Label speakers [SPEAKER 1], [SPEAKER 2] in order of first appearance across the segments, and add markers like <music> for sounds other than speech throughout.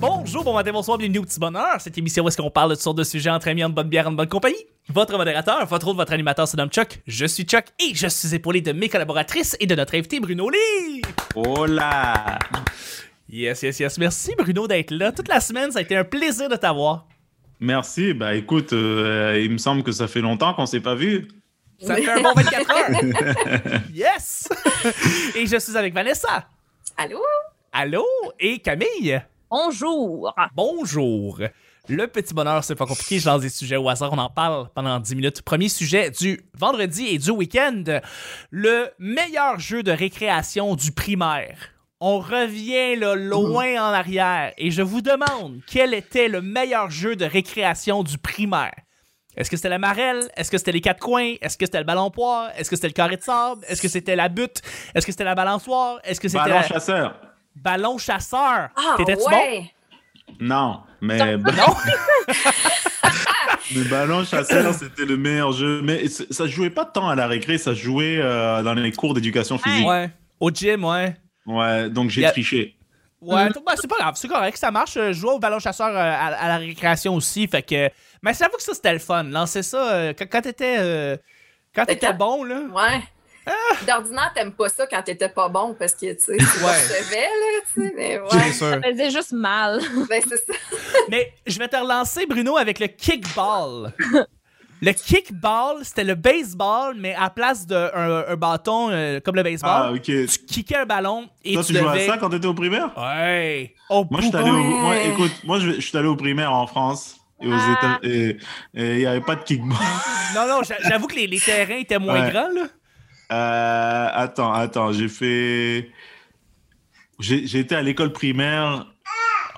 [SPEAKER 1] bon matin, bonsoir, bienvenue au petit bonheur. Cette émission où est-ce qu'on parle de toutes sortes de sujets entre amis, en bonne bière, en bonne compagnie. Votre modérateur, votre autre, votre animateur se nomme Chuck. Je suis Chuck et je suis épaulé de mes collaboratrices et de notre invité Bruno Lee.
[SPEAKER 2] Hola!
[SPEAKER 1] Yes, yes, yes. Merci Bruno d'être là. Toute la semaine, ça a été un plaisir de t'avoir.
[SPEAKER 2] Merci, bah écoute, euh, il me semble que ça fait longtemps qu'on s'est pas vu.
[SPEAKER 1] Ça fait un bon 24 heures. yes! et je suis avec Vanessa.
[SPEAKER 3] Allô?
[SPEAKER 1] Allô? Et Camille.
[SPEAKER 3] Bonjour.
[SPEAKER 1] Bonjour. Le petit bonheur, c'est pas compliqué. Je lance des sujets au hasard. On en parle pendant 10 minutes. Premier sujet du vendredi et du week-end. Le meilleur jeu de récréation du primaire. On revient là, loin en arrière et je vous demande quel était le meilleur jeu de récréation du primaire. Est-ce que c'était la marelle? Est-ce que c'était les quatre coins? Est-ce que c'était le ballon poire? Est-ce que c'était le carré de sable? Est-ce que c'était la butte? Est-ce que c'était la balançoire? Est-ce que c'était
[SPEAKER 2] Ballon
[SPEAKER 1] la-
[SPEAKER 2] chasseur?
[SPEAKER 1] ballon chasseur?
[SPEAKER 3] Ah,
[SPEAKER 1] T'étais-tu bon?
[SPEAKER 3] ouais.
[SPEAKER 2] Non, mais <laughs>
[SPEAKER 1] Non?
[SPEAKER 2] le ballon chasseur, c'était le meilleur jeu. Mais c- ça se jouait pas tant à la récré, ça se jouait euh, dans les cours d'éducation physique. Ouais,
[SPEAKER 1] Ouais. Au gym, ouais.
[SPEAKER 2] donc j'ai
[SPEAKER 1] Y'a-
[SPEAKER 2] triché.
[SPEAKER 1] Ouais, t- bah, c'est pas grave, c'est correct, ça marche. Euh, Je jouais au ballon chasseur euh, à, à la récréation aussi, fait que. Mais j'avoue que ça c'était le fun, lancer ça euh, quand, quand t'étais. euh, Quand t'étais
[SPEAKER 3] quand-
[SPEAKER 1] bon, là.
[SPEAKER 3] Ouais. D'ordinaire, t'aimes pas ça quand t'étais pas bon parce que, tu sais, tu recevais, là, tu sais, mais
[SPEAKER 4] C'est
[SPEAKER 3] ouais.
[SPEAKER 4] sûr.
[SPEAKER 5] faisait juste mal. <laughs>
[SPEAKER 3] Ben, c'est ça.
[SPEAKER 1] Mais je vais te relancer, Bruno, avec le
[SPEAKER 2] <laughs>
[SPEAKER 1] kickball. Le kickball, c'était le baseball, mais à place d'un un bâton euh, comme le
[SPEAKER 2] Ah,
[SPEAKER 1] baseball,
[SPEAKER 2] ok.
[SPEAKER 1] tu kickais un ballon et
[SPEAKER 2] Toi,
[SPEAKER 1] tu
[SPEAKER 2] tu jouais
[SPEAKER 1] devais-
[SPEAKER 2] à ça quand t'étais au primaire?
[SPEAKER 1] Ouais. Oh, Au
[SPEAKER 2] Moi, je suis allé au...
[SPEAKER 3] Ouais.
[SPEAKER 2] moi, écoute, moi, je je suis allé au primaire en France. Et aux
[SPEAKER 5] Ah.
[SPEAKER 2] États- et et il n'y avait pas de kickball.
[SPEAKER 1] Non, non, j'a- j'avoue que les, les terrains étaient moins
[SPEAKER 2] Ouais.
[SPEAKER 1] grands, là.
[SPEAKER 2] Euh, attends, attends, j'ai fait. J'ai j'ai été à l'école primaire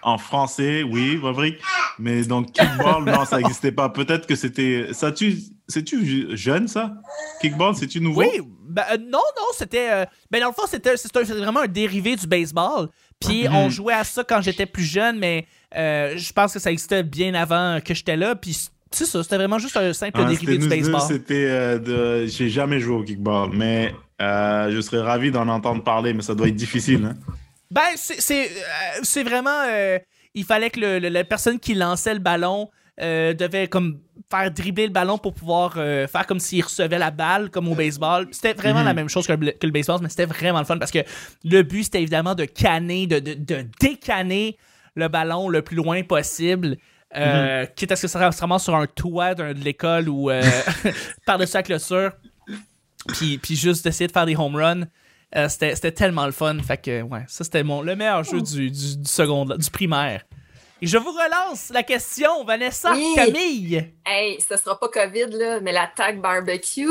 [SPEAKER 2] en français, oui, Maverick. Mais donc, kickball, non, ça n'existait pas. Peut-être que c'était. Ça, tu. C'est-tu ju- jeune, ça Kickball, c'est-tu nouveau
[SPEAKER 1] Oui, ben, euh, non, non, c'était. euh, ben, dans le fond, c'était c'était un- c'était vraiment un dérivé du baseball. Puis
[SPEAKER 2] Mhm.
[SPEAKER 1] on jouait à ça quand j'étais plus jeune, mais euh, je pense que ça existait bien avant que j'étais là. Puis c'est ça, c'était vraiment juste un simple
[SPEAKER 2] Hein,
[SPEAKER 1] dérivé
[SPEAKER 2] c'était
[SPEAKER 1] du
[SPEAKER 2] nous- nous,
[SPEAKER 1] baseball.
[SPEAKER 2] C'était. euh, de- J'ai jamais joué au kickball, mais euh, je serais ravi d'en entendre parler, mais ça doit être difficile. hein.
[SPEAKER 1] Ben, c'est- c'est euh, c'est vraiment. euh, il fallait que le- le- la personne qui lançait le ballon euh, devait comme faire dribbler le ballon pour pouvoir euh, faire comme s'il recevait la balle, comme au baseball. C'était vraiment la même chose que, le bl- que le baseball, mais c'était vraiment le fun parce que le but, c'était évidemment de canner, de, de, de décanner le ballon le plus loin possible. euh, Quitte à ce que ça se ramasse sur un toit d'un- de l'école ou euh, <laughs> par-dessus la clôture, puis, puis juste d'essayer de faire des home runs. Euh, c'était c'était tellement le fun. Fait que, ouais, ça, c'était mon, le meilleur jeu du, du, du secondaire, du primaire. Et je vous relance la question, Vanessa,
[SPEAKER 3] Oui.
[SPEAKER 1] Camille.
[SPEAKER 3] Hey, ce sera pas COVID, là, mais la tag
[SPEAKER 5] <laughs>
[SPEAKER 3] barbecue.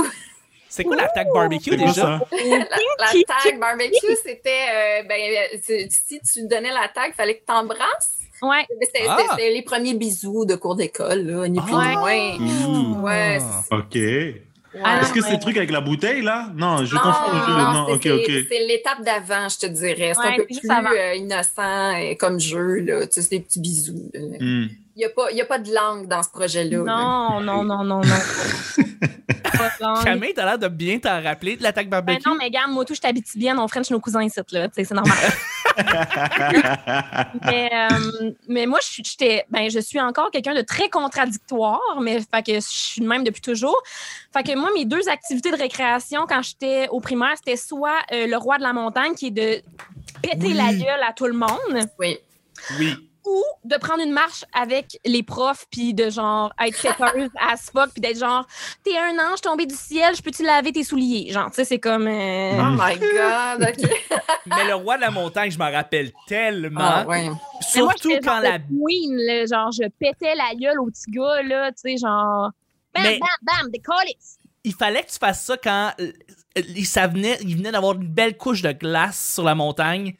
[SPEAKER 1] C'est quoi l'attaque barbecue
[SPEAKER 2] C'est quoi
[SPEAKER 1] déjà?
[SPEAKER 2] ça
[SPEAKER 3] La tag barbecue, c'était, euh, ben, euh, tu- si tu donnais la tag, fallait que t'embrasses.
[SPEAKER 5] Ouais.
[SPEAKER 3] Mais C'était
[SPEAKER 1] Ah.
[SPEAKER 3] c'était- c'était les premiers bisous de cours d'école, là, ni plus
[SPEAKER 5] Ah.
[SPEAKER 3] ni moins.
[SPEAKER 2] Ouh,
[SPEAKER 3] Ouais, c'est-
[SPEAKER 2] Ok. Est-ce
[SPEAKER 5] Ah,
[SPEAKER 3] ouais.
[SPEAKER 2] que c'est le truc avec la bouteille, là Non, je
[SPEAKER 3] Non,
[SPEAKER 2] confonds les deux.
[SPEAKER 3] non,
[SPEAKER 2] Non,
[SPEAKER 3] c'est-
[SPEAKER 2] ok,
[SPEAKER 3] c'est-
[SPEAKER 2] ok.
[SPEAKER 3] C'est l'étape d'avant, je te dirais. C'est
[SPEAKER 5] Ouais,
[SPEAKER 3] un peu
[SPEAKER 5] c'est juste
[SPEAKER 3] plus
[SPEAKER 5] avant.
[SPEAKER 3] euh, innocent euh, comme jeu, là. Tu sais, c'est des petits bisous. là.
[SPEAKER 2] Hmm.
[SPEAKER 3] Il n'y a, pas- il y a pas de langue dans ce projet-là. là.
[SPEAKER 5] Non, non, non, non, non. Pas de langue.
[SPEAKER 1] Camille, t'as l'air de bien t'en rappeler de l'attaque
[SPEAKER 5] Ben
[SPEAKER 1] barbecue.
[SPEAKER 5] non, mais gars, moi, tout, je t'habite bien, on French nos cousins ici, là. Tu sais, C'est normal. mais, euh, mais moi, je suis, j'étais- ben, je suis encore quelqu'un de très contradictoire, mais fait que je suis de même depuis toujours. Fait que moi, mes deux activités de récréation quand j'étais au primaire, c'était soit euh, le roi de la montagne, qui est de péter
[SPEAKER 1] Oui.
[SPEAKER 5] la gueule à tout le monde,
[SPEAKER 3] Oui.
[SPEAKER 1] Oui.
[SPEAKER 5] ou de prendre une marche avec les profs puis de genre
[SPEAKER 1] <laughs>
[SPEAKER 5] être peppeuse as fuck puis d'être genre t'es un ange tombé du ciel je peux-tu laver tes souliers genre tu sais c'est comme euh,
[SPEAKER 3] Oh my
[SPEAKER 2] Mm.
[SPEAKER 3] God,
[SPEAKER 2] <laughs>
[SPEAKER 3] OK.
[SPEAKER 1] Mais le roi de la montagne, je m'en rappelle tellement.
[SPEAKER 3] Ah, ouais.
[SPEAKER 5] Mais moi,
[SPEAKER 1] Surtout
[SPEAKER 5] j'étais
[SPEAKER 1] quand
[SPEAKER 5] genre
[SPEAKER 1] la.
[SPEAKER 5] le Queen, là, genre, je pétais la gueule au petit gars, là, tu sais, genre. Bam,
[SPEAKER 1] Mais-
[SPEAKER 5] bam, bam, des colics.
[SPEAKER 1] Il fallait que tu fasses ça quand euh, il, ça venait, il venait d'avoir une belle couche de glace sur la montagne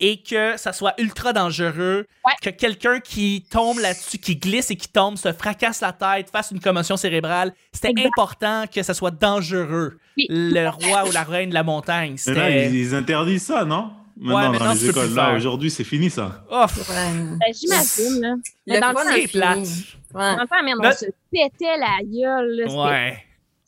[SPEAKER 1] et que ça soit ultra dangereux,
[SPEAKER 5] Ouais.
[SPEAKER 1] que quelqu'un qui tombe là-dessus, qui glisse et qui tombe, se fracasse la tête, fasse une commotion cérébrale. C'était
[SPEAKER 5] Exact.
[SPEAKER 1] important que ça soit dangereux.
[SPEAKER 5] Oui.
[SPEAKER 1] Le roi ou la reine de la montagne,
[SPEAKER 2] Mais là, ils,
[SPEAKER 1] c'était...
[SPEAKER 2] ils interdisent ça, non
[SPEAKER 1] Ouais,
[SPEAKER 2] Maintenant,
[SPEAKER 1] maintenant,
[SPEAKER 2] dans
[SPEAKER 1] tu
[SPEAKER 2] les
[SPEAKER 1] peux plus
[SPEAKER 2] écoles,
[SPEAKER 1] le
[SPEAKER 2] là,
[SPEAKER 1] faire.
[SPEAKER 2] aujourd'hui, c'est fini, ça.
[SPEAKER 1] Oh, pff,
[SPEAKER 3] Ouais.
[SPEAKER 5] Ben, j'imagine, là. Mais
[SPEAKER 3] Le
[SPEAKER 5] dans le
[SPEAKER 3] fun
[SPEAKER 5] temps,
[SPEAKER 3] a
[SPEAKER 1] c'est
[SPEAKER 3] fini.
[SPEAKER 1] plate.
[SPEAKER 3] Ouais.
[SPEAKER 5] dans le temps, man, on
[SPEAKER 1] Le-
[SPEAKER 5] se pétait la gueule, là. c'était-
[SPEAKER 1] Ah. Ouais.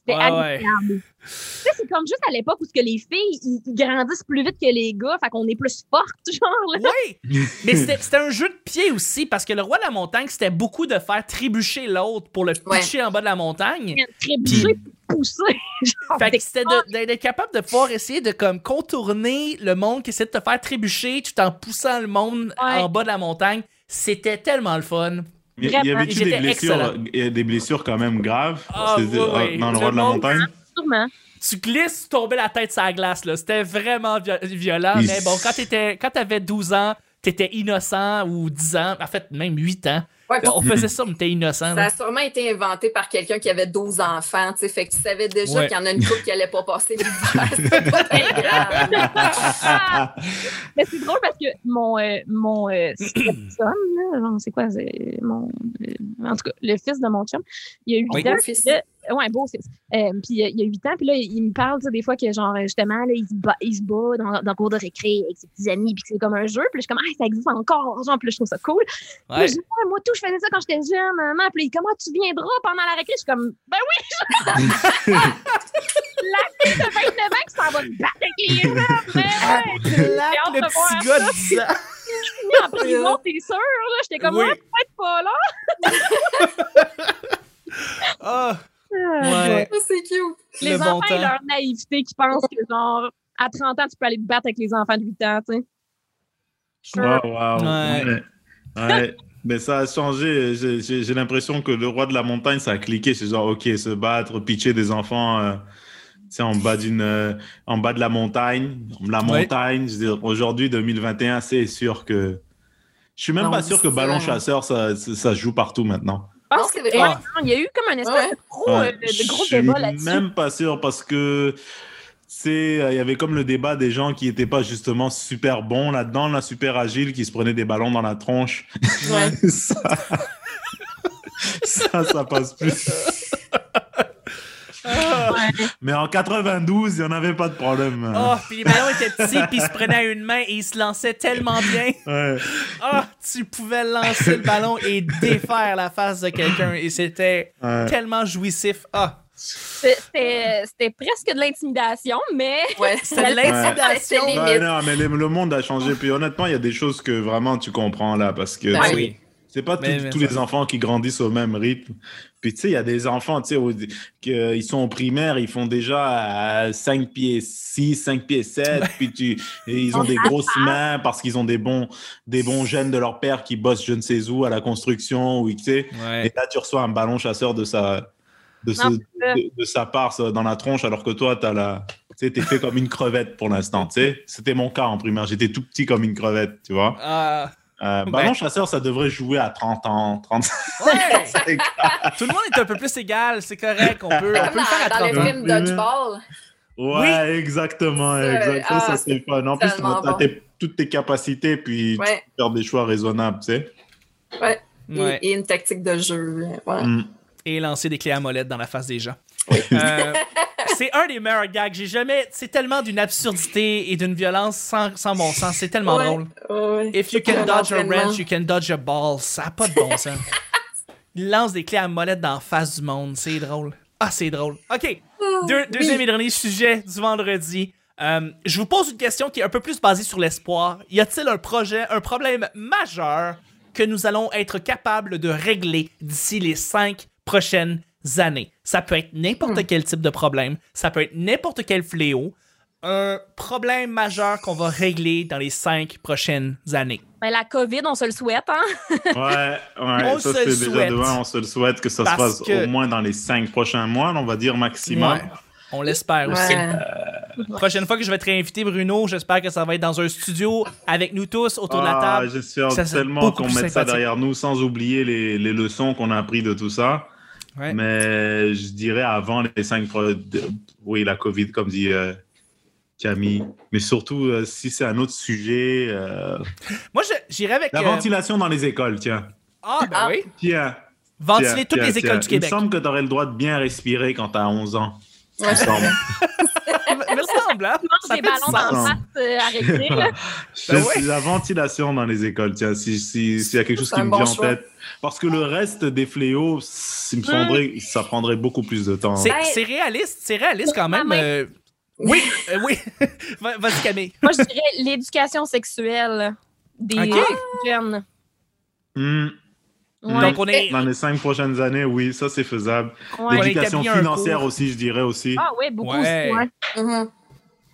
[SPEAKER 5] C'était
[SPEAKER 1] Ouais,
[SPEAKER 5] agréable. Ça, c'est comme juste à l'époque où ce que les filles ils, ils grandissent plus vite que les gars, fait qu'on est plus fortes, <laughs> genre. Là.
[SPEAKER 1] Oui! Mais c'était c'était un jeu de pied aussi, parce que le roi de la montagne, c'était beaucoup de faire trébucher l'autre pour le
[SPEAKER 3] Ouais.
[SPEAKER 1] pitcher en bas de la montagne.
[SPEAKER 5] Trébucher, pousser. <laughs> genre,
[SPEAKER 1] Fait
[SPEAKER 5] des-
[SPEAKER 1] que c'était de- de- d'être capable de pouvoir essayer de comme contourner le monde qui essaie de te faire trébucher tout en poussant le monde
[SPEAKER 5] Ouais.
[SPEAKER 1] en bas de la montagne. C'était tellement le fun.
[SPEAKER 2] Il y
[SPEAKER 1] hein,
[SPEAKER 5] Vraiment.
[SPEAKER 2] avait-tu des
[SPEAKER 1] J'étais
[SPEAKER 2] blessures,
[SPEAKER 1] excellent.
[SPEAKER 2] il y a des blessures quand même graves
[SPEAKER 1] Ah,
[SPEAKER 2] C'est-
[SPEAKER 1] oui, oui.
[SPEAKER 2] dans le
[SPEAKER 1] Tout
[SPEAKER 2] roi de la
[SPEAKER 1] le monde-
[SPEAKER 2] montagne?
[SPEAKER 1] <laughs>
[SPEAKER 5] Sûrement.
[SPEAKER 1] Tu glisses, tu tombais la tête sur la glace. là. C'était vraiment vi- violent.
[SPEAKER 2] Il-
[SPEAKER 1] Mais bon, quand t'étais- quand t'avais 12 ans, t'étais innocent ou 10 ans, en fait, même 8 ans.
[SPEAKER 3] Ouais, puis
[SPEAKER 1] On faisait ça, mais t'étais innocent.
[SPEAKER 3] Ça
[SPEAKER 1] là.
[SPEAKER 3] a sûrement été inventé par quelqu'un qui avait 12 enfants, tu sais, fait que tu savais déjà
[SPEAKER 1] Ouais.
[SPEAKER 3] qu'il y en a une couple qui allait pas passer <laughs> l'hiver. C'était
[SPEAKER 2] <laughs>
[SPEAKER 3] pas très grave.
[SPEAKER 5] Mais c'est drôle parce que mon, euh, mon euh, <clears throat> stepson, là, genre, c'est quoi, c'est mon, euh, en tout cas, le fils de mon chum, il a eu
[SPEAKER 1] Oui.
[SPEAKER 5] huit ans.
[SPEAKER 3] Beau fils.
[SPEAKER 5] puis là- ouais, beau fils. Euh, puis euh, il a 8 ans, puis là, il me parle, tu sais, des fois que, genre, justement, là, il se bat, il se bat dans, dans le cours de récré avec ses petits amis, puis que c'est comme un jeu, puis là, je suis comme, ah, ça existe encore, genre, puis là, je trouve ça cool. Puis là,
[SPEAKER 1] Ouais.
[SPEAKER 5] je dis, Ouais, moi, tout, je faisais ça quand j'étais jeune, maman, puis là, il dit, comment tu viendras pendant la récré? Je suis comme, ben oui,
[SPEAKER 1] <laughs>
[SPEAKER 5] la fille de 29 ans qui s'en va se battre avec les jeunes,
[SPEAKER 3] Ah,
[SPEAKER 1] <laughs>
[SPEAKER 5] ben ouais.
[SPEAKER 1] Claque
[SPEAKER 5] <laughs> J'ai hâte
[SPEAKER 1] le
[SPEAKER 5] de voir
[SPEAKER 1] petit gars de 10 ans.
[SPEAKER 5] mis en prison, t'es sûr, là? J'étais comme,
[SPEAKER 1] Oui.
[SPEAKER 5] ah, peut-être pas là.
[SPEAKER 1] Ah, ouais.
[SPEAKER 3] Ah, C'est cute.
[SPEAKER 5] Les
[SPEAKER 1] Le bon
[SPEAKER 5] enfants et
[SPEAKER 1] temps.
[SPEAKER 5] leur naïveté qui pensent que, genre, à 30 ans, tu peux aller te battre avec les enfants de 8 ans, tu sais. Sure.
[SPEAKER 2] Wow, wow.
[SPEAKER 1] Ouais.
[SPEAKER 2] Ouais. Oh, Ouais. Mais ça a changé. J'ai- J'ai j'ai l'impression que le roi de la montagne, ça a cliqué. C'est genre, OK, se battre, pitcher des enfants. euh, tu sais, en bas d'une, euh, en bas de la montagne, la
[SPEAKER 1] Ouais.
[SPEAKER 2] montagne. Je veux dire, aujourd'hui, 2021, c'est sûr que. Je suis même
[SPEAKER 3] Non,
[SPEAKER 2] pas sûr que
[SPEAKER 3] c'est-
[SPEAKER 2] ballon chasseur, ça, ça ça joue partout maintenant.
[SPEAKER 5] Ah,
[SPEAKER 3] Non,
[SPEAKER 5] c'est
[SPEAKER 3] c'est
[SPEAKER 5] vrai.
[SPEAKER 3] vrai.
[SPEAKER 5] Ouais, non, Il y a eu comme un espèce
[SPEAKER 3] Ouais.
[SPEAKER 5] de gros, euh,
[SPEAKER 2] Ouais,
[SPEAKER 5] de, de gros
[SPEAKER 2] je
[SPEAKER 5] débat
[SPEAKER 2] suis
[SPEAKER 5] là-dessus.
[SPEAKER 2] même pas sûr parce que c'est euh, il y avait comme le débat des gens qui étaient pas justement super bons là-dedans, la super agile qui se prenaient des ballons dans la tronche.
[SPEAKER 3] Ouais.
[SPEAKER 2] ça, ça, ça passe plus.
[SPEAKER 1] Ah.
[SPEAKER 2] Mais en 92, il y en avait pas de problème.
[SPEAKER 1] Oh, puis les ballons étaient petits, puis ils se prenaient à une main et ils se lançaient tellement bien.
[SPEAKER 2] Ouais.
[SPEAKER 1] Ah, tu pouvais lancer le ballon et défaire la face de quelqu'un et c'était
[SPEAKER 2] Ouais.
[SPEAKER 1] tellement jouissif. Ah,
[SPEAKER 5] C'est- C'était c'était presque de l'intimidation, mais
[SPEAKER 3] Ouais,
[SPEAKER 1] c'est de l'intimidation.
[SPEAKER 3] Ouais.
[SPEAKER 2] Ouais, non, mais le, le monde a changé. Puis honnêtement, il y a des choses que vraiment tu comprends là parce que
[SPEAKER 3] Ben
[SPEAKER 2] tu sais,
[SPEAKER 1] Bah oui.
[SPEAKER 2] C'est pas tous-
[SPEAKER 1] Mais- mais
[SPEAKER 2] tous
[SPEAKER 1] ça-
[SPEAKER 2] les enfants qui grandissent au même rythme. Puis tu sais, il y a des enfants, tu sais, au- qui euh, ils sont au primaire, ils font déjà à 5 pieds 6, 5 pieds 7, puis tu, et ils ont des grosses mains parce qu'ils ont des bons, des bons gènes de leur père qui bossent je ne sais où à la construction, ou tu sais. Et
[SPEAKER 1] Ouais.
[SPEAKER 2] là, tu reçois un ballon chasseur de sa, de, ce-
[SPEAKER 5] Non,
[SPEAKER 2] de, de sa part ça, dans la tronche, alors que toi, t'as la, tu sais, t'es fait comme une crevette pour l'instant, tu sais. C'était mon cas en primaire, j'étais tout petit comme une crevette, tu vois.
[SPEAKER 1] Ah,
[SPEAKER 2] Euh,
[SPEAKER 1] Ouais.
[SPEAKER 2] Ballon chasseur, ça devrait jouer à 30 ans, 35
[SPEAKER 1] ouais.
[SPEAKER 2] ans.
[SPEAKER 1] Tout le monde est un peu plus égal, c'est correct. On peut, on
[SPEAKER 3] Comme
[SPEAKER 1] peut le faire à
[SPEAKER 3] dans,
[SPEAKER 1] 30
[SPEAKER 3] dans le
[SPEAKER 1] ans.
[SPEAKER 3] film Dodgeball.
[SPEAKER 2] <laughs> Ouais, exactement.
[SPEAKER 3] C'est-
[SPEAKER 2] exactement.
[SPEAKER 3] ah,
[SPEAKER 2] ça, c'est fun. En plus,
[SPEAKER 3] tellement
[SPEAKER 2] t'as
[SPEAKER 3] bon.
[SPEAKER 2] tes- toutes tes capacités, puis
[SPEAKER 3] Ouais.
[SPEAKER 2] tu peux faire des choix raisonnables, tu sais.
[SPEAKER 3] Et-
[SPEAKER 1] Ouais.
[SPEAKER 3] Et, une tactique de jeu. Ouais.
[SPEAKER 2] Mm.
[SPEAKER 1] Et lancer des clés à molette dans la face des gens.
[SPEAKER 2] <laughs>
[SPEAKER 1] Euh, <laughs> c'est un des meilleurs gags. J'ai jamais. C'est tellement d'une absurdité et d'une violence sans, sans bon sens. C'est tellement
[SPEAKER 3] Ouais.
[SPEAKER 1] drôle.
[SPEAKER 3] Ouais.
[SPEAKER 1] If you can
[SPEAKER 3] Comme
[SPEAKER 1] dodge a
[SPEAKER 3] l'entraînement.
[SPEAKER 1] wrench, you can dodge a ball. Ça n'a pas de bon <laughs> sens. Il lance des clés à molette dans la face du monde. C'est drôle. Ah, c'est drôle. OK. Deux- deuxième et dernier sujet du vendredi. Euh, je vous pose une question qui est un peu plus basée sur l'espoir. Y a-t-il un projet, un problème majeur que nous allons être capables de régler d'ici les cinq prochaines années? Ça peut être n'importe quel type de problème. Ça peut être n'importe quel fléau. Un problème majeur qu'on va régler dans les cinq prochaines années.
[SPEAKER 5] ben, la COVID, on se le souhaite, hein?
[SPEAKER 2] Ouais, ouais,
[SPEAKER 1] On
[SPEAKER 2] ça
[SPEAKER 1] se le
[SPEAKER 2] c'est déjà
[SPEAKER 1] souhaite.
[SPEAKER 2] demain. On se le souhaite que ça
[SPEAKER 1] Parce
[SPEAKER 2] se fasse
[SPEAKER 1] que-
[SPEAKER 2] au moins dans les cinq prochains mois, on va dire maximum.
[SPEAKER 1] Ouais. On l'espère aussi.
[SPEAKER 3] Ouais.
[SPEAKER 2] Euh,
[SPEAKER 1] Prochaine fois que je vais te réinviter, Bruno, j'espère que ça va être dans un studio avec nous tous autour de la
[SPEAKER 2] Ah,
[SPEAKER 1] table.
[SPEAKER 2] J'espère
[SPEAKER 1] Ça, c'est
[SPEAKER 2] tellement
[SPEAKER 1] beaucoup
[SPEAKER 2] qu'on
[SPEAKER 1] plus
[SPEAKER 2] mette ça
[SPEAKER 1] sympathique.
[SPEAKER 2] derrière nous sans oublier les, les leçons qu'on a apprises de tout ça.
[SPEAKER 1] Ouais.
[SPEAKER 2] Mais je dirais avant les cinq. pro- de- Oui, la COVID, comme dit euh, Camille. Mais surtout, euh, si c'est un autre sujet. euh,
[SPEAKER 1] Moi, je- j'irais avec.
[SPEAKER 2] La
[SPEAKER 1] euh,
[SPEAKER 2] ventilation dans les écoles, tiens.
[SPEAKER 1] Ah, ben
[SPEAKER 3] Ah.
[SPEAKER 1] oui.
[SPEAKER 2] Tiens.
[SPEAKER 1] Ventiler
[SPEAKER 2] tiens,
[SPEAKER 1] toutes
[SPEAKER 2] tiens,
[SPEAKER 1] les écoles
[SPEAKER 2] tiens.
[SPEAKER 1] du Québec.
[SPEAKER 2] Il me semble que tu aurais le droit de bien respirer quand tu as 11 ans. Il me
[SPEAKER 3] Ouais.
[SPEAKER 2] semble.
[SPEAKER 1] <laughs> Il me semble. semble, hein?
[SPEAKER 5] manges
[SPEAKER 1] Ça
[SPEAKER 5] des
[SPEAKER 1] fait du
[SPEAKER 5] ballons dans
[SPEAKER 2] sens.
[SPEAKER 5] la face à régler.
[SPEAKER 1] <laughs>
[SPEAKER 5] là.
[SPEAKER 2] Je
[SPEAKER 1] Ben ouais.
[SPEAKER 2] suis la ventilation dans les écoles, tiens, si- si- s'il y a quelque chose
[SPEAKER 3] C'est
[SPEAKER 2] qui
[SPEAKER 3] un
[SPEAKER 2] me
[SPEAKER 3] bon
[SPEAKER 2] vient en
[SPEAKER 3] choix.
[SPEAKER 2] tête. Parce que le reste des fléaux, s- il me prendrait- ça prendrait beaucoup plus de temps.
[SPEAKER 1] C'est
[SPEAKER 3] Ben-
[SPEAKER 1] c'est réaliste, c'est réaliste quand même.
[SPEAKER 5] Ah, mais-
[SPEAKER 1] euh, Oui, euh, oui. <laughs> Va- Vas-y, Camille.
[SPEAKER 5] Moi, je dirais l'éducation sexuelle des
[SPEAKER 1] Ok.
[SPEAKER 5] jeunes.
[SPEAKER 2] Hmm,
[SPEAKER 5] Ouais,
[SPEAKER 1] Donc, on est.
[SPEAKER 2] Dans les cinq prochaines années, oui, ça c'est faisable.
[SPEAKER 5] ouais.
[SPEAKER 1] les-
[SPEAKER 2] L'éducation
[SPEAKER 1] établit un
[SPEAKER 2] financière
[SPEAKER 1] cours.
[SPEAKER 2] aussi, je dirais aussi.
[SPEAKER 5] Ah ouais, beaucoup
[SPEAKER 1] Ouais.
[SPEAKER 5] aussi, ouais.
[SPEAKER 3] Mhm.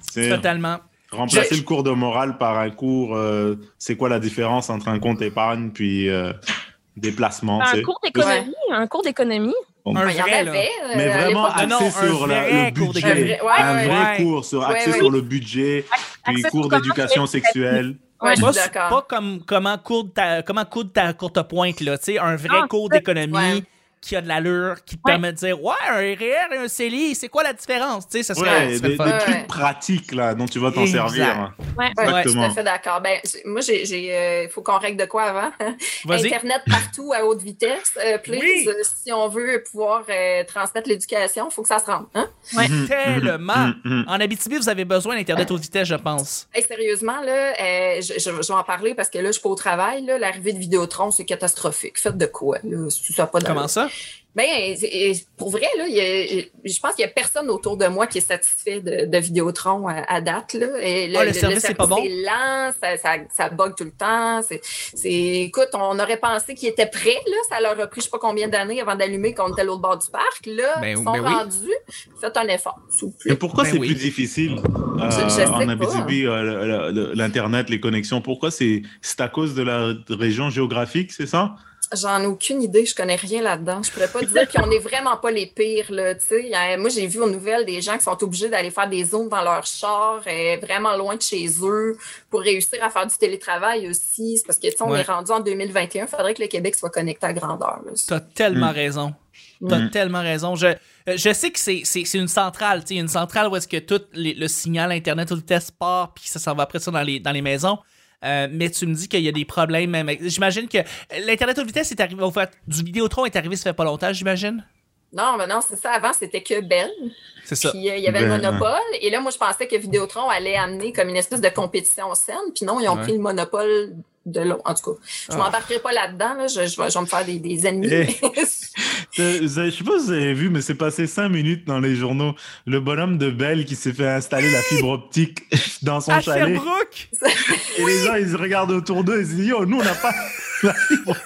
[SPEAKER 2] C'est
[SPEAKER 1] Totalement.
[SPEAKER 2] remplacer
[SPEAKER 3] Je-
[SPEAKER 2] le cours de morale par un cours. euh, c'est quoi la différence entre un compte épargne puis euh, des placements tu
[SPEAKER 5] Un
[SPEAKER 2] sais.
[SPEAKER 5] cours d'économie, un cours d'économie.
[SPEAKER 1] Un
[SPEAKER 3] Il y en
[SPEAKER 1] vrai, là.
[SPEAKER 3] avait. euh,
[SPEAKER 2] Mais
[SPEAKER 3] à
[SPEAKER 2] vraiment
[SPEAKER 3] l'époque.
[SPEAKER 1] Ah non,
[SPEAKER 2] axé
[SPEAKER 1] un
[SPEAKER 2] sur la-
[SPEAKER 1] vrai
[SPEAKER 2] le
[SPEAKER 1] cours
[SPEAKER 2] budget.
[SPEAKER 3] Un vrai- ouais,
[SPEAKER 2] un
[SPEAKER 3] ouais.
[SPEAKER 2] vrai
[SPEAKER 1] ouais.
[SPEAKER 2] cours sur,
[SPEAKER 3] Ouais,
[SPEAKER 2] axé
[SPEAKER 3] ouais.
[SPEAKER 2] sur le budget, puis
[SPEAKER 5] Accès
[SPEAKER 2] cours
[SPEAKER 5] sur comment
[SPEAKER 2] d'éducation
[SPEAKER 5] tu es-
[SPEAKER 2] sexuelle.
[SPEAKER 3] Ouais, je
[SPEAKER 1] Pas,
[SPEAKER 3] suis d'accord.
[SPEAKER 1] pas comme comment coudre ta, comment coudre ta courte pointe, là. Tu sais, un vrai
[SPEAKER 5] Non,
[SPEAKER 1] cours
[SPEAKER 5] c'est-
[SPEAKER 1] d'économie
[SPEAKER 3] Ah, ouais.
[SPEAKER 1] qui a de l'allure, qui te
[SPEAKER 5] Ouais.
[SPEAKER 1] permet de dire Ouais, un REER et un CELI, c'est quoi la différence? Tu sais, ça serait,
[SPEAKER 2] Ouais,
[SPEAKER 1] ça serait le
[SPEAKER 2] des,
[SPEAKER 1] fun.
[SPEAKER 2] des trucs
[SPEAKER 3] Ouais.
[SPEAKER 2] pratiques là, dont tu vas t'en
[SPEAKER 1] Exact.
[SPEAKER 2] servir.
[SPEAKER 1] Ouais,
[SPEAKER 3] Ouais, je suis tout à
[SPEAKER 2] Exactement.
[SPEAKER 3] fait d'accord. Ben, j'ai- moi, il faut qu'on règle de quoi avant.
[SPEAKER 1] Vas-y.
[SPEAKER 3] <laughs> Internet partout à haute vitesse. euh, please,
[SPEAKER 1] Oui.
[SPEAKER 3] euh, si on veut pouvoir euh, transmettre l'éducation, il faut que ça se rende. Hein?
[SPEAKER 5] Ouais.
[SPEAKER 2] Mhm, <laughs>
[SPEAKER 1] Tellement.
[SPEAKER 2] mhm, mhm.
[SPEAKER 1] En Abitibi, vous avez besoin d'Internet haute vitesse, je pense.
[SPEAKER 3] Hey, sérieusement, là, euh, je, je- je vais en parler parce que là, je suis pas au travail. là. L'arrivée de Vidéotron, c'est catastrophique. Faites de quoi? Là, si ça a pas de-
[SPEAKER 1] Comment ça?
[SPEAKER 3] Ben, et- et pour vrai, là, il y a- je pense qu'il n'y a personne autour de moi qui est satisfait de, de Vidéotron à, à date. Là. Et
[SPEAKER 1] Ah, le service, c'est pas bon?
[SPEAKER 3] C'est lent, ça, ça, ça bug tout le temps. C'est, c'est- écoute, on aurait pensé qu'ils étaient prêts. Là. Ça leur a pris je sais pas combien d'années avant d'allumer qu'on était à l'autre bord du parc. Là,
[SPEAKER 1] Ben,
[SPEAKER 3] ils sont
[SPEAKER 1] ben oui.
[SPEAKER 3] rendus. Faites un effort, s'il vous
[SPEAKER 2] Mais
[SPEAKER 3] plaît.
[SPEAKER 2] pourquoi
[SPEAKER 1] Ben
[SPEAKER 2] c'est
[SPEAKER 1] oui.
[SPEAKER 2] plus difficile euh,
[SPEAKER 3] Je- je sais
[SPEAKER 2] en
[SPEAKER 3] pas.
[SPEAKER 2] Abitibi, euh, le- le- l'internet, les connexions Pourquoi c'est c'est à cause de la région géographique, c'est ça
[SPEAKER 3] J'en ai aucune idée, je connais rien là-dedans. Je pourrais pas te
[SPEAKER 1] <laughs>
[SPEAKER 3] dire qu'on n'est vraiment pas les pires là, tu sais. Euh, Moi, j'ai vu aux nouvelles des gens qui sont obligés d'aller faire des zooms dans leur char, euh, vraiment loin de chez eux, pour réussir à faire du télétravail aussi. C'est parce que tu sais, on
[SPEAKER 1] Ouais.
[SPEAKER 3] est rendu en 2021, faudrait que le Québec soit connecté à grandeur. là.
[SPEAKER 1] T'as tellement
[SPEAKER 2] Mm.
[SPEAKER 1] raison. T'as
[SPEAKER 2] Mm.
[SPEAKER 1] tellement raison. Je, euh, je sais que c'est, c'est, c'est une centrale, tu sais, une centrale où est-ce que tout les- le signal Internet, tout le test part, puis ça s'en va après ça dans les, dans les maisons. Euh, mais tu me dis qu'il y a des problèmes. même avec- J'imagine que l'Internet haute vitesse est arrivé. En fait, du Vidéotron est arrivé, ça fait pas longtemps, j'imagine.
[SPEAKER 3] Non, mais non, c'est ça. Avant, c'était que Bell.
[SPEAKER 1] C'est ça.
[SPEAKER 3] Puis euh, il y avait le
[SPEAKER 2] Ben,
[SPEAKER 3] monopole. Et là, moi, je pensais que Vidéotron allait amener comme une espèce de compétition saine. Puis non, ils ont
[SPEAKER 1] Ouais.
[SPEAKER 3] pris le monopole de l'eau. En tout cas, je
[SPEAKER 1] Ah.
[SPEAKER 3] m'embarquerai pas là-dedans. là. Je, je vais, je vais me faire des, des ennemis. <laughs>
[SPEAKER 2] Eh. Euh, vous avez- Je sais pas si vous avez vu, mais c'est passé cinq minutes dans les journaux. Le bonhomme de Belle qui s'est fait installer la fibre optique <laughs> dans son
[SPEAKER 1] À
[SPEAKER 2] chalet.
[SPEAKER 1] Sherbrooke,
[SPEAKER 2] Et les gens, ils se regardent autour d'eux et se disent Yo, nous, on n'a pas la fibre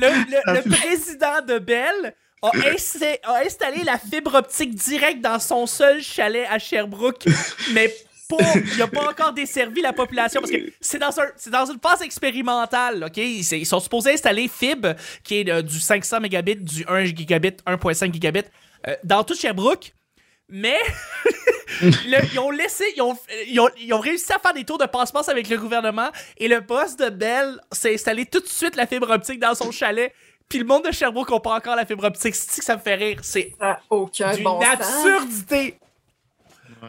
[SPEAKER 1] le, le- le président de Bell a, insta- a installé la fibre optique directe dans son seul chalet à Sherbrooke, mais pas, il a pas encore desservi la population parce que c'est dans, un, c'est dans une phase expérimentale. ok Ils, ils sont supposés installer fibre qui est euh, du 500 mégabits, du 1 gigabit, 1.5 gigabit euh, dans tout Sherbrooke. Mais le- ils ont laissé, ils ont, ils, ont, ils ont réussi à faire des tours de passe-passe avec le gouvernement et le boss de Bell s'est installé tout de suite la fibre optique dans son chalet. Puis le monde de Sherbrooke n'a pas encore la fibre optique. C'est que ça me fait rire. C'est
[SPEAKER 3] Ah, aucun
[SPEAKER 1] d'une
[SPEAKER 3] bon sens.
[SPEAKER 1] absurdité.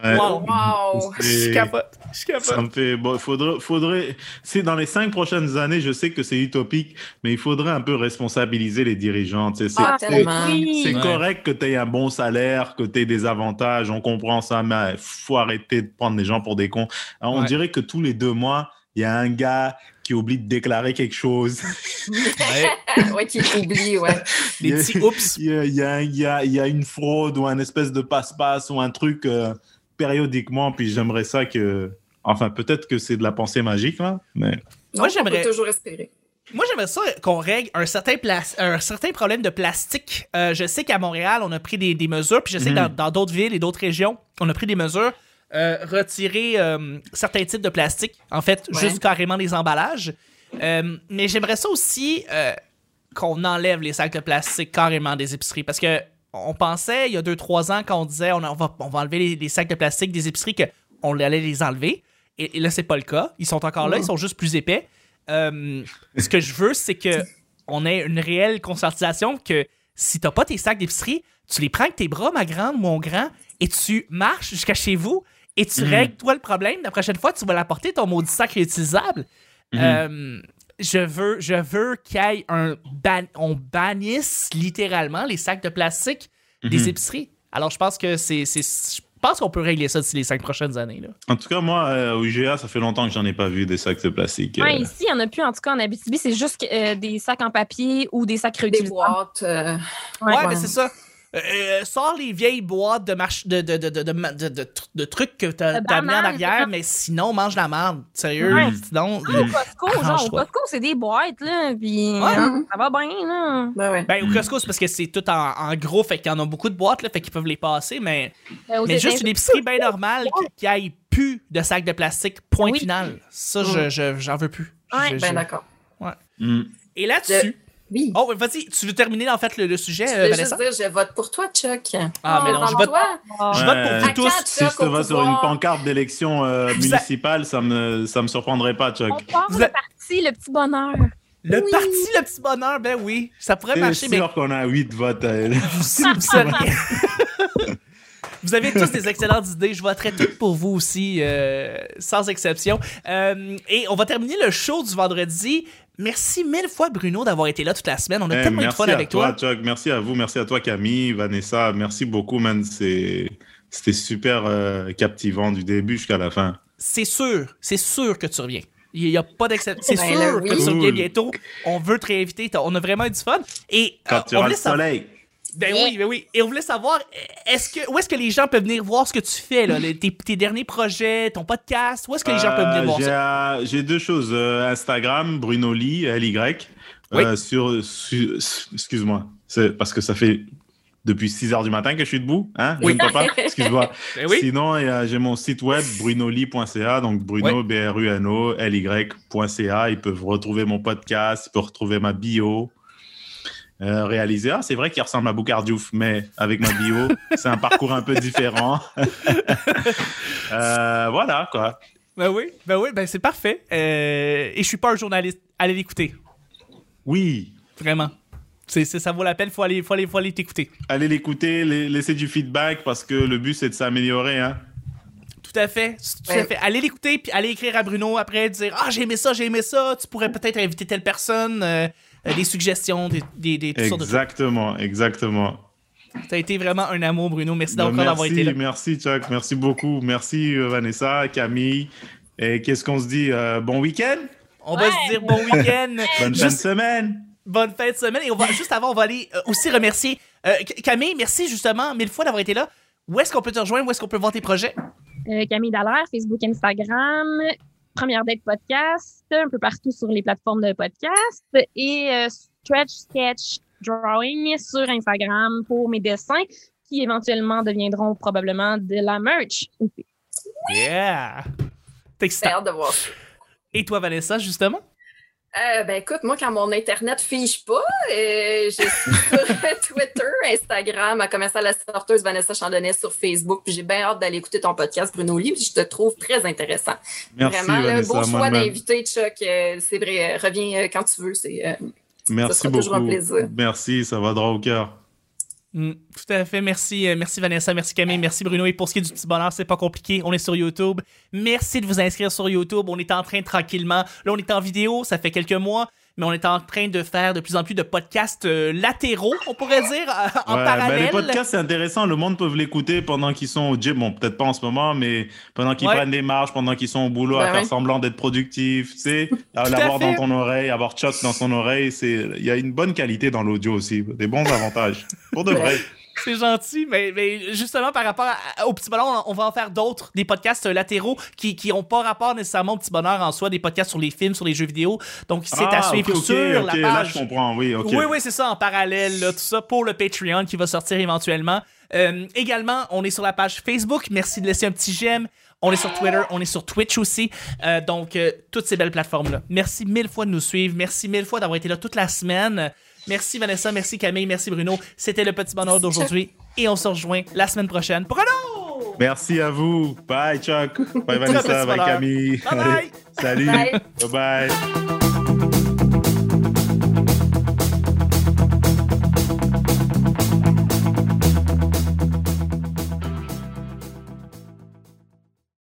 [SPEAKER 2] Ouais.
[SPEAKER 1] Wow.
[SPEAKER 3] <laughs> Wow!
[SPEAKER 1] Je
[SPEAKER 2] Et-
[SPEAKER 1] capote. Je
[SPEAKER 2] Euh, Ça
[SPEAKER 1] capote.
[SPEAKER 2] me fait. Bon, faudrait. faudrait c'est dans les cinq prochaines années, je sais que c'est utopique, mais il faudrait un peu responsabiliser les dirigeants. tu sais, C'est
[SPEAKER 3] Ah,
[SPEAKER 2] c'est-
[SPEAKER 3] tellement.
[SPEAKER 2] c'est
[SPEAKER 1] Ouais.
[SPEAKER 2] correct que tu aies un bon salaire, que tu aies des avantages, on comprend ça, mais faut arrêter de prendre les gens pour des cons. Alors, on
[SPEAKER 1] Ouais.
[SPEAKER 2] dirait que tous les deux mois, il y a un gars qui oublie de déclarer
[SPEAKER 1] <laughs>
[SPEAKER 2] quelque chose.
[SPEAKER 3] Ah, ouais, qui oublie, ouais.
[SPEAKER 1] Les petits oups.
[SPEAKER 2] Il y a, il y a- il y a- il y a une fraude ou un espèce de passe-passe ou un truc euh, périodiquement, puis j'aimerais ça que. Enfin, peut-être que c'est de la pensée magique, là, mais.
[SPEAKER 1] Moi,
[SPEAKER 3] Donc,
[SPEAKER 1] j'aimerais-
[SPEAKER 3] On peut toujours espérer.
[SPEAKER 1] Moi, j'aimerais ça qu'on règle un certain, plas- un certain problème de plastique. Euh, je sais qu'à Montréal, on a pris des, des mesures, puis je sais que dans-
[SPEAKER 2] Mhm.
[SPEAKER 1] dans d'autres villes et d'autres régions, on a pris des mesures. euh, retirer euh, certains types de plastique, en fait,
[SPEAKER 3] Ouais.
[SPEAKER 1] juste carrément des emballages. Euh, mais j'aimerais ça aussi euh, qu'on enlève les sacs de plastique carrément des épiceries, parce que on pensait il y a 2-3 ans quand on disait on, en va, on va enlever les, les sacs de plastique des épiceries qu'on allait les enlever. Et, et là, c'est pas le cas. Ils sont encore là, ils sont juste plus épais. Euh, ce que je veux, c'est que on ait une réelle conscientisation que si t'as pas tes sacs d'épicerie, tu les prends avec tes bras, ma grande, mon grand, et tu marches jusqu'à chez vous et tu
[SPEAKER 2] Mhm.
[SPEAKER 1] règles toi le problème. La prochaine fois, tu vas l'apporter ton maudit sac réutilisable.
[SPEAKER 2] Mhm.
[SPEAKER 1] Euh, je veux, je veux qu'il y ait un ban- on bannisse littéralement les sacs de plastique des
[SPEAKER 2] Mhm.
[SPEAKER 1] épiceries. Alors je pense que c'est, c'est- je pense qu'on peut régler ça d'ici les cinq prochaines années. Là.
[SPEAKER 2] En tout cas, moi, euh, au IGA, ça fait longtemps que j'en ai pas vu des sacs de plastique. euh.
[SPEAKER 5] Ouais, ici, il n'y en a plus, en tout cas, en Abitibi. C'est juste euh, des sacs en papier ou des sacs
[SPEAKER 3] Des
[SPEAKER 5] réutilisables.
[SPEAKER 3] boîtes. euh,
[SPEAKER 1] Ouais,
[SPEAKER 3] Ouais.
[SPEAKER 1] mais c'est ça. Euh, euh, sors les vieilles boîtes de, marche, de, de, de, de, de, ma- de- de tr- de trucs que t'as
[SPEAKER 5] De
[SPEAKER 1] t'as mis en
[SPEAKER 5] bananes,
[SPEAKER 1] arrière,
[SPEAKER 5] c'est
[SPEAKER 1] mais sinon, mange la merde. Sérieux,
[SPEAKER 5] Ouais.
[SPEAKER 1] sinon.
[SPEAKER 5] Au Costco, genre, au
[SPEAKER 1] Arrange-toi.
[SPEAKER 5] Costco, c'est des boîtes, là, puis
[SPEAKER 1] Ouais.
[SPEAKER 5] hein, ça va bien, là.
[SPEAKER 3] ben ouais.
[SPEAKER 1] Ben, au Costco, c'est parce que c'est tout en, en gros, fait qu'il y en a beaucoup de boîtes, là, fait qu'ils peuvent les passer, mais,
[SPEAKER 5] Ben, aux
[SPEAKER 1] mais juste une
[SPEAKER 5] États-Unis,
[SPEAKER 1] épicerie bien normale qui- qui aille plus de sacs de plastique, point
[SPEAKER 5] Oui.
[SPEAKER 1] final. Ça, je,
[SPEAKER 3] Mm.
[SPEAKER 1] je- j'en veux plus. Je-
[SPEAKER 5] Ouais,
[SPEAKER 1] je-
[SPEAKER 3] Ben d'accord.
[SPEAKER 2] Mm.
[SPEAKER 1] Et là-dessus.
[SPEAKER 3] Oui.
[SPEAKER 1] Oh, vas-y, tu veux terminer, en fait, le, le sujet,
[SPEAKER 3] Je
[SPEAKER 1] euh,
[SPEAKER 3] voulais
[SPEAKER 1] Vanessa?
[SPEAKER 3] juste dire, je vote pour toi, Chuck.
[SPEAKER 1] Ah, mais
[SPEAKER 5] Oh,
[SPEAKER 1] non, je
[SPEAKER 5] vraiment,
[SPEAKER 1] vote,
[SPEAKER 3] toi.
[SPEAKER 5] ah,
[SPEAKER 1] je
[SPEAKER 2] Ouais.
[SPEAKER 1] vote pour vous
[SPEAKER 2] À
[SPEAKER 1] tous.
[SPEAKER 3] quatre.
[SPEAKER 2] Euh, Si je te
[SPEAKER 3] Au
[SPEAKER 2] vois sur
[SPEAKER 3] pouvoir.
[SPEAKER 2] une pancarte d'élection euh, municipale, ça me, ça me surprendrait pas, Chuck.
[SPEAKER 5] On part
[SPEAKER 1] Vous
[SPEAKER 5] le
[SPEAKER 1] êtes-
[SPEAKER 5] parti, le petit bonheur.
[SPEAKER 1] Le
[SPEAKER 3] Oui.
[SPEAKER 1] parti, le petit bonheur, ben oui, ça pourrait
[SPEAKER 2] C'est
[SPEAKER 1] marcher, mais
[SPEAKER 2] sûr qu'on a 8 votes. euh. à elle.
[SPEAKER 1] Si
[SPEAKER 3] <laughs>
[SPEAKER 1] vous, seriez- <laughs> Vous avez tous des excellentes idées. Je voterai toutes pour vous aussi, euh, sans exception. Euh, et on va terminer le show du vendredi. Merci mille fois, Bruno, d'avoir été là toute la semaine. On a
[SPEAKER 2] Eh,
[SPEAKER 1] tellement eu de
[SPEAKER 2] merci
[SPEAKER 1] fun
[SPEAKER 2] à
[SPEAKER 1] avec toi.
[SPEAKER 2] Chuck. Merci à vous. Merci à toi, Camille, Vanessa. Merci beaucoup, man. C'est- C'était super euh, captivant du début jusqu'à la fin.
[SPEAKER 1] C'est sûr, c'est sûr que tu reviens. Il n'y a pas d'exception. C'est
[SPEAKER 3] Ben
[SPEAKER 1] sûr
[SPEAKER 3] là,
[SPEAKER 1] que tu
[SPEAKER 2] oui.
[SPEAKER 1] reviens
[SPEAKER 2] Cool.
[SPEAKER 1] bientôt. On veut te réinviter. T'as- On a vraiment eu du fun. Et euh,
[SPEAKER 2] Quand tu
[SPEAKER 1] on
[SPEAKER 2] auras
[SPEAKER 1] voulait
[SPEAKER 2] le
[SPEAKER 1] savoir-
[SPEAKER 2] soleil.
[SPEAKER 1] Ben oui, ben oui. Et on voulait savoir, est-ce que, où est-ce que les gens peuvent venir voir ce que tu fais, là, les- tes, tes derniers projets, ton podcast? Où est-ce que les gens peuvent venir
[SPEAKER 2] Euh,
[SPEAKER 1] voir
[SPEAKER 2] j'ai,
[SPEAKER 1] ça?
[SPEAKER 2] euh, J'ai deux choses. Euh, Instagram, Bruno Lee, L-Y. euh, sur, su- su- excuse-moi, c'est parce que ça fait depuis 6 heures du matin que je suis debout. Hein
[SPEAKER 1] Oui.
[SPEAKER 2] Je ne peux
[SPEAKER 1] <laughs>
[SPEAKER 2] pas. Excuse-moi.
[SPEAKER 1] Ben
[SPEAKER 2] Sinon, il y a- j'ai mon site web brunoli.ca, donc Bruno, B-R-U-N-O, L-Y.ca. Ils peuvent retrouver mon podcast, ils peuvent retrouver ma bio. Euh, réaliser. Ah, c'est vrai qu'il ressemble à Boucardiouf, mais avec ma
[SPEAKER 1] <laughs>
[SPEAKER 2] bio, c'est un parcours un peu différent. <laughs> Euh, voilà, quoi.
[SPEAKER 1] Ben oui, ben oui, ben c'est parfait. Euh, et je suis pas un journaliste. Allez l'écouter,
[SPEAKER 2] Oui,
[SPEAKER 1] vraiment. C'est, c'est- ça vaut la peine, faut aller, faut aller, faut aller t'écouter.
[SPEAKER 2] allez l'écouter, la- laissez du feedback parce que le but, c'est de s'améliorer. Hein.
[SPEAKER 1] Tout à fait, tout à
[SPEAKER 3] Ouais.
[SPEAKER 1] fait. Allez l'écouter, puis allez écrire à Bruno après, dire « Ah, j'ai aimé ça, j'ai aimé ça, tu pourrais peut-être inviter telle personne euh, euh, des suggestions, des, des, des- toutes sortes de
[SPEAKER 2] Exactement, exactement.
[SPEAKER 1] trucs. T'as été vraiment un amour, Bruno. Merci
[SPEAKER 2] Ben,
[SPEAKER 1] d'encore d'avoir été là.
[SPEAKER 2] merci, merci Chuck, merci beaucoup. Merci euh, Vanessa, Camille. Et qu'est-ce qu'on se dit euh, Bon week-end
[SPEAKER 1] On va se dire bon week-end.
[SPEAKER 2] <laughs> Bonne fin de semaine
[SPEAKER 1] Bonne fin de semaine. Et
[SPEAKER 2] <laughs>
[SPEAKER 1] on va, juste avant, on va aller euh, aussi remercier euh, C- Camille. Merci justement mille fois d'avoir été là. Où est-ce qu'on peut te rejoindre? Où est-ce qu'on peut voir tes projets?
[SPEAKER 5] Euh, Camille Dallaire, Facebook, Instagram, Première Date Podcast, un peu partout sur les plateformes de podcast et euh, Stretch Sketch Drawing sur Instagram pour mes dessins qui éventuellement deviendront probablement de la merch.
[SPEAKER 1] Yeah! T'es
[SPEAKER 3] J'ai
[SPEAKER 1] excitant.
[SPEAKER 3] hâte de voir.
[SPEAKER 1] Et toi, Vanessa, justement?
[SPEAKER 3] Euh, ben écoute, moi, quand mon Internet fige pas, euh, je suis
[SPEAKER 1] <laughs>
[SPEAKER 3] sur Twitter, Instagram, à commencer à la sorteuse Vanessa Chandonnet sur Facebook. Puis j'ai bien hâte d'aller écouter ton podcast, Bruno Lee. puis Je te trouve très intéressant.
[SPEAKER 2] Merci
[SPEAKER 3] Vraiment, là,
[SPEAKER 2] Vanessa,
[SPEAKER 3] beau choix
[SPEAKER 2] moi-même.
[SPEAKER 3] d'invité, Chuck. Euh, c'est vrai, euh, reviens euh, quand tu veux. C'est, euh,
[SPEAKER 2] Merci
[SPEAKER 3] sera toujours un
[SPEAKER 2] beaucoup.
[SPEAKER 3] plaisir.
[SPEAKER 2] Merci, ça va droit au cœur.
[SPEAKER 1] Mm, tout à fait. Merci, euh, merci Vanessa, merci Camille, merci Bruno. Et pour ce qui est du petit bonheur, c'est pas compliqué. On est sur YouTube. Merci de vous inscrire sur YouTube. On est en train tranquillement. Là, on est en vidéo. Ça fait quelques mois. Mais on est en train de faire de plus en plus de podcasts euh, latéraux, on pourrait dire, euh, en
[SPEAKER 2] Ouais, ben,
[SPEAKER 1] parallèle.
[SPEAKER 2] les podcasts, c'est intéressant. Le monde peut l'écouter pendant qu'ils sont au gym. Bon, peut-être pas en ce moment, mais pendant qu'ils
[SPEAKER 1] Ouais.
[SPEAKER 2] prennent des marches, pendant qu'ils sont au boulot, à
[SPEAKER 3] Ben
[SPEAKER 2] faire
[SPEAKER 3] ouais.
[SPEAKER 2] semblant d'être productif.
[SPEAKER 1] <laughs>
[SPEAKER 2] Tu sais, à
[SPEAKER 1] à
[SPEAKER 2] l'avoir
[SPEAKER 1] fait.
[SPEAKER 2] dans ton oreille, avoir Chuck dans son oreille. c'est- Il y a une bonne qualité dans l'audio aussi. Des bons avantages. Pour
[SPEAKER 1] Ben,
[SPEAKER 2] de vrai.
[SPEAKER 1] C'est gentil, mais, mais justement, par rapport à- au Petit Bonheur, on, on va en faire d'autres, des podcasts euh, latéraux qui qui ont pas rapport nécessairement au Petit Bonheur en soi, des podcasts sur les films, sur les jeux vidéo. Donc, c'est
[SPEAKER 2] Ah,
[SPEAKER 1] à suivre
[SPEAKER 2] ok, ok,
[SPEAKER 1] sur
[SPEAKER 2] ok,
[SPEAKER 1] la
[SPEAKER 2] Là,
[SPEAKER 1] page.
[SPEAKER 2] je comprends, oui, ok.
[SPEAKER 1] Oui, oui, c'est ça, en parallèle, là, tout ça pour le Patreon qui va sortir éventuellement. Euh, également, on est sur la page Facebook. Merci de laisser un petit j'aime. On est sur Twitter, on est sur Twitch aussi. Euh, donc, euh, toutes ces belles plateformes-là. Merci mille fois de nous suivre. Merci mille fois d'avoir été là toute la semaine. Merci Vanessa, merci Camille, merci Bruno. C'était le petit bonheur d'aujourd'hui et on se rejoint la semaine prochaine pour un autre!
[SPEAKER 2] Merci à vous. Bye, Chuck. Bye,
[SPEAKER 1] <laughs> Très petit
[SPEAKER 2] Vanessa. Bye,
[SPEAKER 1] bonheur.
[SPEAKER 2] Camille.
[SPEAKER 1] Bye bye!
[SPEAKER 2] <laughs> Salut.
[SPEAKER 3] Bye.
[SPEAKER 2] bye. bye.